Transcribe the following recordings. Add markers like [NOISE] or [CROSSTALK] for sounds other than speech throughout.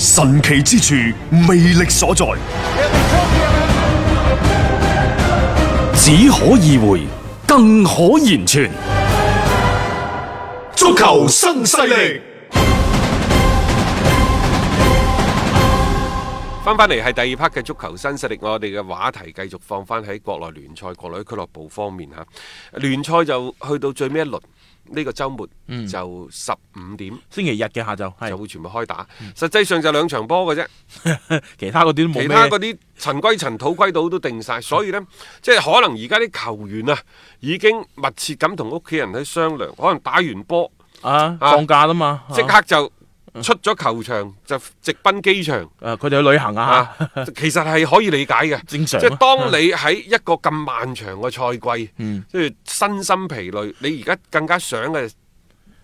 神奇之處，魅力所在，只可意會，更可言傳。足球新勢力，翻翻嚟係第二 part 嘅足球新勢力，我哋嘅話題繼續放翻喺國內聯賽、國內俱樂部方面嚇。聯賽就去到最尾一輪，呢、個週末就十五點星期日嘅下晝就嗯係，會全部開打。實際上就兩場波嘅啫，其他嗰啲都冇其他嗰咩。啲塵歸塵、土歸土都定晒。所以呢，即係可能而家啲球員啊，已經密切咁同屋企人去商量，可能打完波啊，啊放假啦嘛，即刻就出咗球場，就直奔機場。誒，佢哋去旅行啊啊，， [LAUGHS] 其實係可以理解嘅，正常啊嗯即係當你喺一個咁漫長嘅賽季，即係身心疲累，你而家更加想嘅，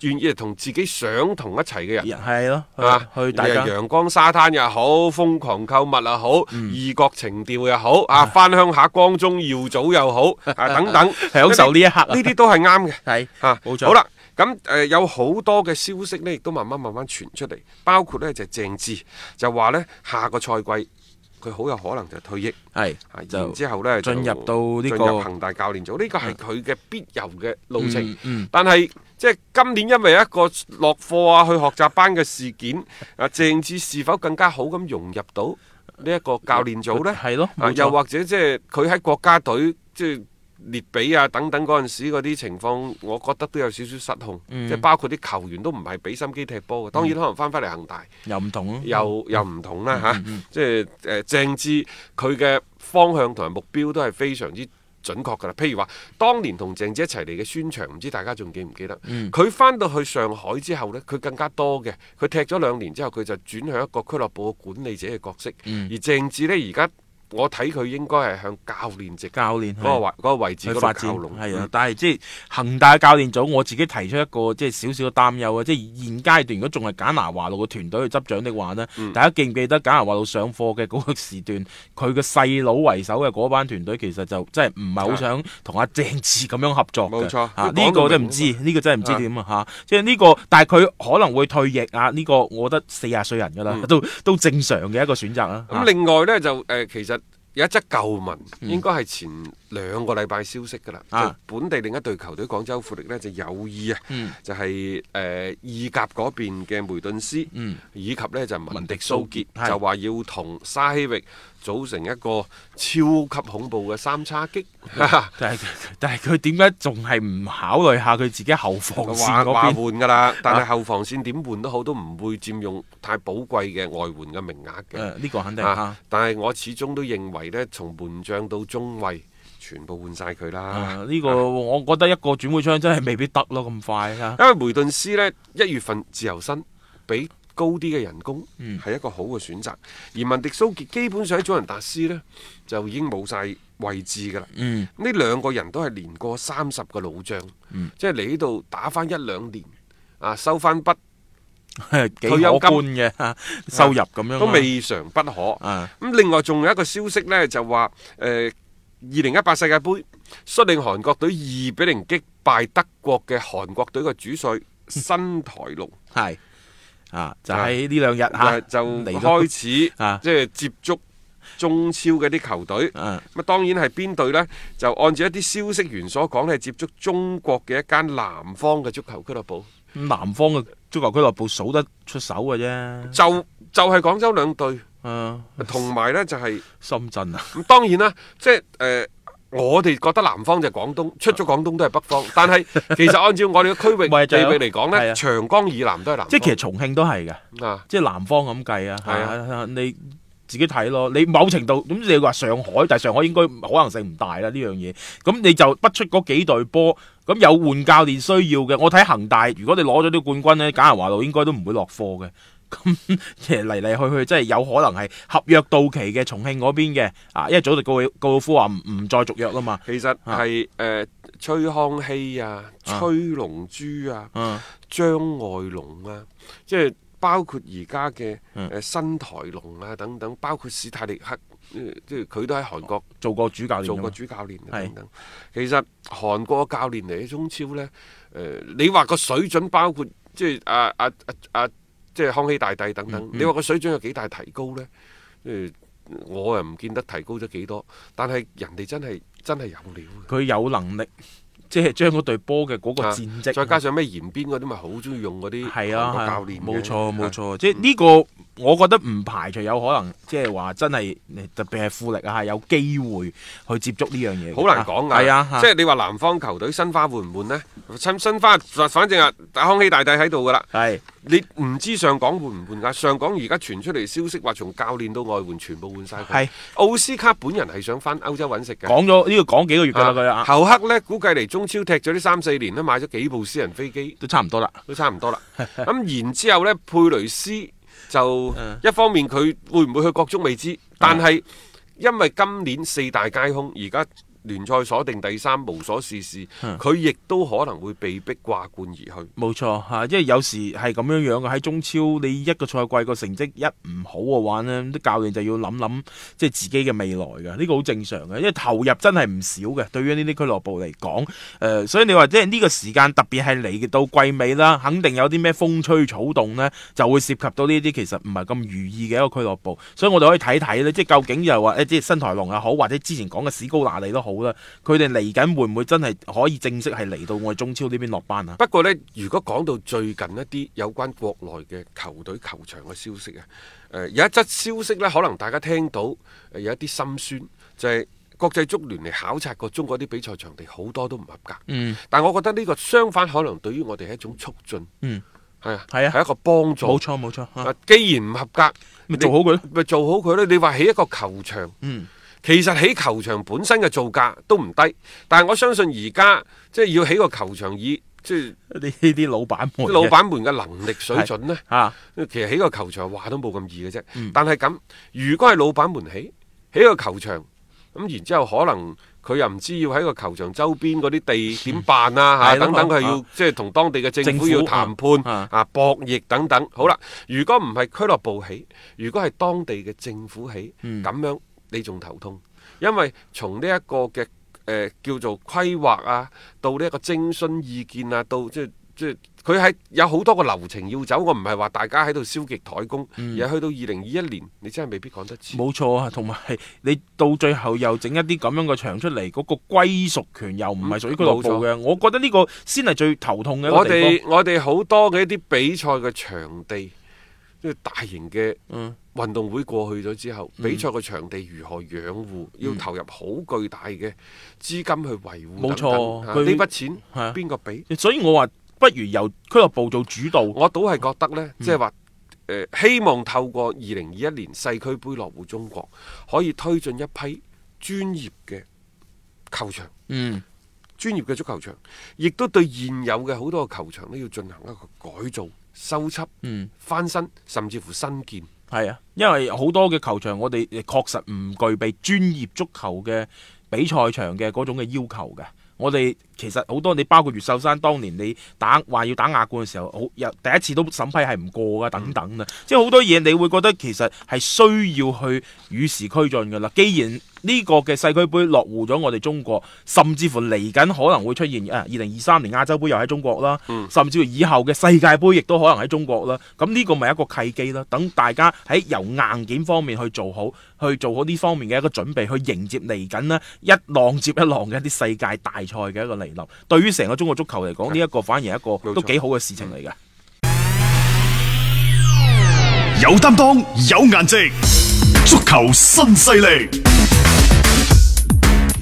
願意係同自己想同一齊嘅人。係咯，啊！去去大家你係陽光沙灘又好，瘋狂購物又好，嗯異國情調又好，啊，翻鄉下光宗耀祖又好， [LAUGHS] 啊，等等，享受呢一刻啊呢啲都係啱嘅。 [LAUGHS] 係嚇，冇錯好啦，咁誒、呃有好多嘅消息呢，亦都慢慢慢慢傳出嚟，包括呢就鄭智就話呢，下個賽季佢好有可能就退役，係啊就然之後呢，就進入到呢進個入恒大教練組，呢、個係佢嘅必由嘅路程。嗯嗯但係即係今年因為一個落課啊、去學習班嘅事件， [LAUGHS] 啊鄭智是否更加好咁融入到呢一個教練組呢？嗯係咯啊冇錯又或者即係佢喺國家隊即係。列比啊等等嗰陣時嗰啲情況，我覺得都有少少失控，嗯即係包括啲球員都唔係俾心機踢波嘅。當然可能翻返嚟恒大又唔同咯，又又唔同嗯啦嚇，即係誒鄭智佢嘅方向同埋目標都係非常之。準確㗎啦，譬如話，當年同鄭智一齊嚟嘅孫祥，唔知大家仲記唔記得？嗯佢翻、到去上海之後呢，佢更加多嘅，佢踢咗兩年之後，佢就轉向一個俱樂部嘅管理者嘅角色。嗯而鄭智呢，而家我睇佢應該係向教練席教練嗰個係位嗰個位置去嗰發度展靠攏。係嗯啊，但係即係恒大教練組，我自己提出一個即係少少嘅擔憂啊！即係現階段如果仲係簡拿華路嘅團隊去執掌的話呢，嗯大家記唔記得簡拿華路上課嘅嗰個時段，佢嘅細佬為首嘅嗰班團隊其實就真係唔係好想同阿鄭智咁樣合作嘅啊冇錯啊都講呢到個真係明唔啊知，呢個真係唔知點啊嚇！即係呢個，但係佢可能會退役啊！呢個我覺得四廿歲人㗎啦，都都正常嘅一個選擇啊！嗯咁啊另外呢，就誒、呃其實有一則舊聞，應該係前兩個禮拜消息㗎啦。啊就本地另一隊球隊廣州富力呢，就有意啊，嗯就係、誒、意甲嗰邊嘅梅頓斯，嗯以及呢就文迪蘇傑，係就話要同沙希域組成一個超級恐怖嘅三叉戟。 [LAUGHS] 但係但係佢點解仲係唔考慮下佢自己後防線話話嗰換邊？啊㗎啦，但係後防線點換都好，都唔會佔用太寶貴嘅外援嘅名額嘅。誒呢個肯定啊嚇，！但係我始終都認為呢，從門將到中衞，全部換晒佢啦。啊誒呢個我覺得一個轉會窗真係未必得咯，咁快啊嚇。因為梅頓斯呢，一月份自由身，俾高啲嘅人工，係、嗯一個好嘅選擇。而文迪蘇傑基本上喺祖雲達斯呢，就已經冇晒位置㗎啦。 [LAUGHS] 嗯，呢兩個人都係年過三十嘅老將，即係嚟呢度打翻一兩年啊，收翻筆幾可退休金觀嘅嚇收入咁樣啊都未嘗不可。啊咁另外仲有一個消息呢，就話誒二零一八世界盃率領韓國隊二比零擊敗德國嘅韓國隊嘅主 [LAUGHS] 帥新台龍，係啊，就喺呢兩日啊嚇誒就嚟到開始啊即係接觸中超嘅啲球隊。啊咁當然係邊隊呢？就按照一啲消息源所講咧，係接觸中國嘅一間南方嘅足球俱樂部，南方嘅足球俱樂部數得出手嘅啫。就就係廣州兩隊，啊，同埋呢就係、深圳啊，咁當然啦，即係誒、呃我哋覺得南方就係廣東，出咗廣東都係北方。但 [LAUGHS] 係其實按照我哋嘅區域咪啊就係地咯域嚟講係呢啊長江以南都係南方。即係其實重慶都係嘅。啊，即係南方咁計啊，係係啊啊，你自己睇咯。你某程度咁你話上海，但係上海應該可能性唔大啦呢樣嘢。咁你就不出嗰幾隊波，咁有換教練需要嘅。我睇恒大，如果你攞咗啲冠軍呢，簡仁華路應該都唔會落課嘅。咁其實嚟嚟去去，真係有可能係合約到期嘅重慶嗰邊嘅啊，因為早就告告老夫話唔唔再續約啦嘛。其實係呃誒崔康熙啊、啊崔龍珠啊、嗯張愛龍啊，即係包括而家嘅嗯誒新台龍啊等等，包括史泰力克，呃即係佢都喺韓國做過主教練㗎嘛，做過主教練啊係等等。其實韓國教練嚟嘅中超呢，誒、你話個水準包括即係啊啊啊啊，即係康熙大帝等等，嗯嗯你話個水準有幾大提高呢？即係我又唔見得提高咗幾多，但係人哋真係真係有料嘅。佢有能力，即係將嗰隊波嘅嗰個啊戰績，再加上咩延邊嗰啲，咪好中意用嗰啲係啊，韓國係啊教練嘅冇錯冇。啊錯，即係呢個我覺得唔排除有可能，即係話真係呃特別係富力啊，係有機會去接觸呢樣嘢嘅，好難講㗎，係啊，即係你話南方球隊申花換唔換呢？新申花，反正啊，康熙大帝喺度㗎啦，係你唔知上港換唔換㗎？上港而家傳出嚟消息話，從教練到外援全部換晒佢係。奧斯卡本人係想翻歐洲揾食嘅。講咗呢個講幾個月㗎啦，佢啊啊侯克呢，估計嚟中超踢咗呢三四年咧，買咗幾部私人飛機。都差唔多啦，都差唔 [LAUGHS] 多啦。咁然之後呢，佩雷斯就嗯一方面佢會唔會去國足未知，但係因為今年四大皆空，而家聯賽鎖定第三，無所事事，嗯佢亦都可能會被逼掛冠而去。冇錯嚇，因為有時係咁樣樣嘅喺中超，你一個賽季個成績一唔好嘅話呢，啲教練就要諗諗即係自己嘅未來嘅，呢個好正常嘅，因為投入真係唔少嘅，對於呢啲俱樂部嚟講，誒、所以你話即係呢個時間特別係嚟到季尾啦，肯定有啲咩風吹草動呢，就會涉及到呢啲其實唔係咁如意嘅一個俱樂部，所以我哋可以睇睇呢，即係究竟就係話誒，即係新台龍又好，或者之前講嘅史高拿利都好啦，佢哋嚟緊會唔會真係可以正式係嚟到我哋中超呢邊落班啊？不過呢，如果講到最近一啲有關國內嘅球隊球場嘅消息啊，誒、有一則消息呢，可能大家聽到呃有一啲心酸，就係、國際足聯嚟考察過中國啲比賽場地，好多都唔合格。嗯，但我覺得呢個相反，可能對於我哋係一種促進。嗯，係啊，係啊係一個幫助。冇錯冇錯，啊啊，既然唔合格，你咪做好佢咯。咪做好佢咯。你話起一個球場，嗯，其實起球場本身嘅造價都唔低，但係我相信而家即係要起個球場以即係呢 [LAUGHS] 啲老闆們嘅，老闆們嘅能力水準呢。啊，其實起個球場話都冇咁易嘅啫。嗯但係咁，如果係老闆們起起個球場，咁然之後可能佢又唔知要喺個球場周邊嗰啲地點辦啊嚇、係咯等等，佢啊要、即係同當地嘅政府政府要談判啊博弈等等。好啦，如果唔係俱樂部起，如果係當地嘅政府起，咁、嗯樣你仲頭痛，因為從呢一個嘅誒、呃叫做規劃啊，到呢一個徵詢意見啊，到即係。即係佢係有好多個流程要走，我唔係話大家喺度消極怠工，嗯而係去到二零二一年，你真係未必講得切。冇錯啊，同埋你到最後又整一啲咁樣嘅場出嚟，嗰、個歸屬權又唔係屬於俱樂部嘅，我覺得呢個先係最頭痛嘅一個我地方哋我哋好多嘅一啲比賽嘅場地，即係大型嘅嗯運動會過去咗之後，比賽嘅場地如何養護，嗯要投入好巨大嘅資金去維護。冇錯等等啊佢呢筆錢係啊邊個俾？所以我話不如由俱樂部做主導。我倒係覺得呢，即係話誒，希望透過二零二一年世俱杯落戶中國，可以推進一批專業嘅球場。嗯，專業嘅足球場，亦都對現有嘅好多個球場呢，要進行一個改造、修葺、嗯翻新，甚至乎新建。係啊，因為好多嘅球場我哋誒確實唔具備專業足球嘅比賽場嘅嗰種嘅要求嘅。我哋其實好多你包括越秀山當年你打話要打亞冠嘅時候，好有第一次都審批係唔過㗎，等等啦，即係好多嘢你會覺得其實係需要去與時俱進㗎啦。既然呢個嘅世俱杯落户咗我哋中國，甚至乎嚟緊可能會出現啊二零二三年亞洲杯又喺中國啦，甚至乎以後嘅世界盃亦都可能喺中國啦。咁呢個咪一個契機啦，等大家喺由硬件方面去做好，去做好呢方面嘅一個準備，去迎接嚟緊呢一浪接一浪嘅一啲世界大賽嘅一個嚟臨。對於成個中國足球嚟講，呢一個反而係一個冇錯都幾好嘅事情嚟嘅。有擔當，有顏值，足球新勢力。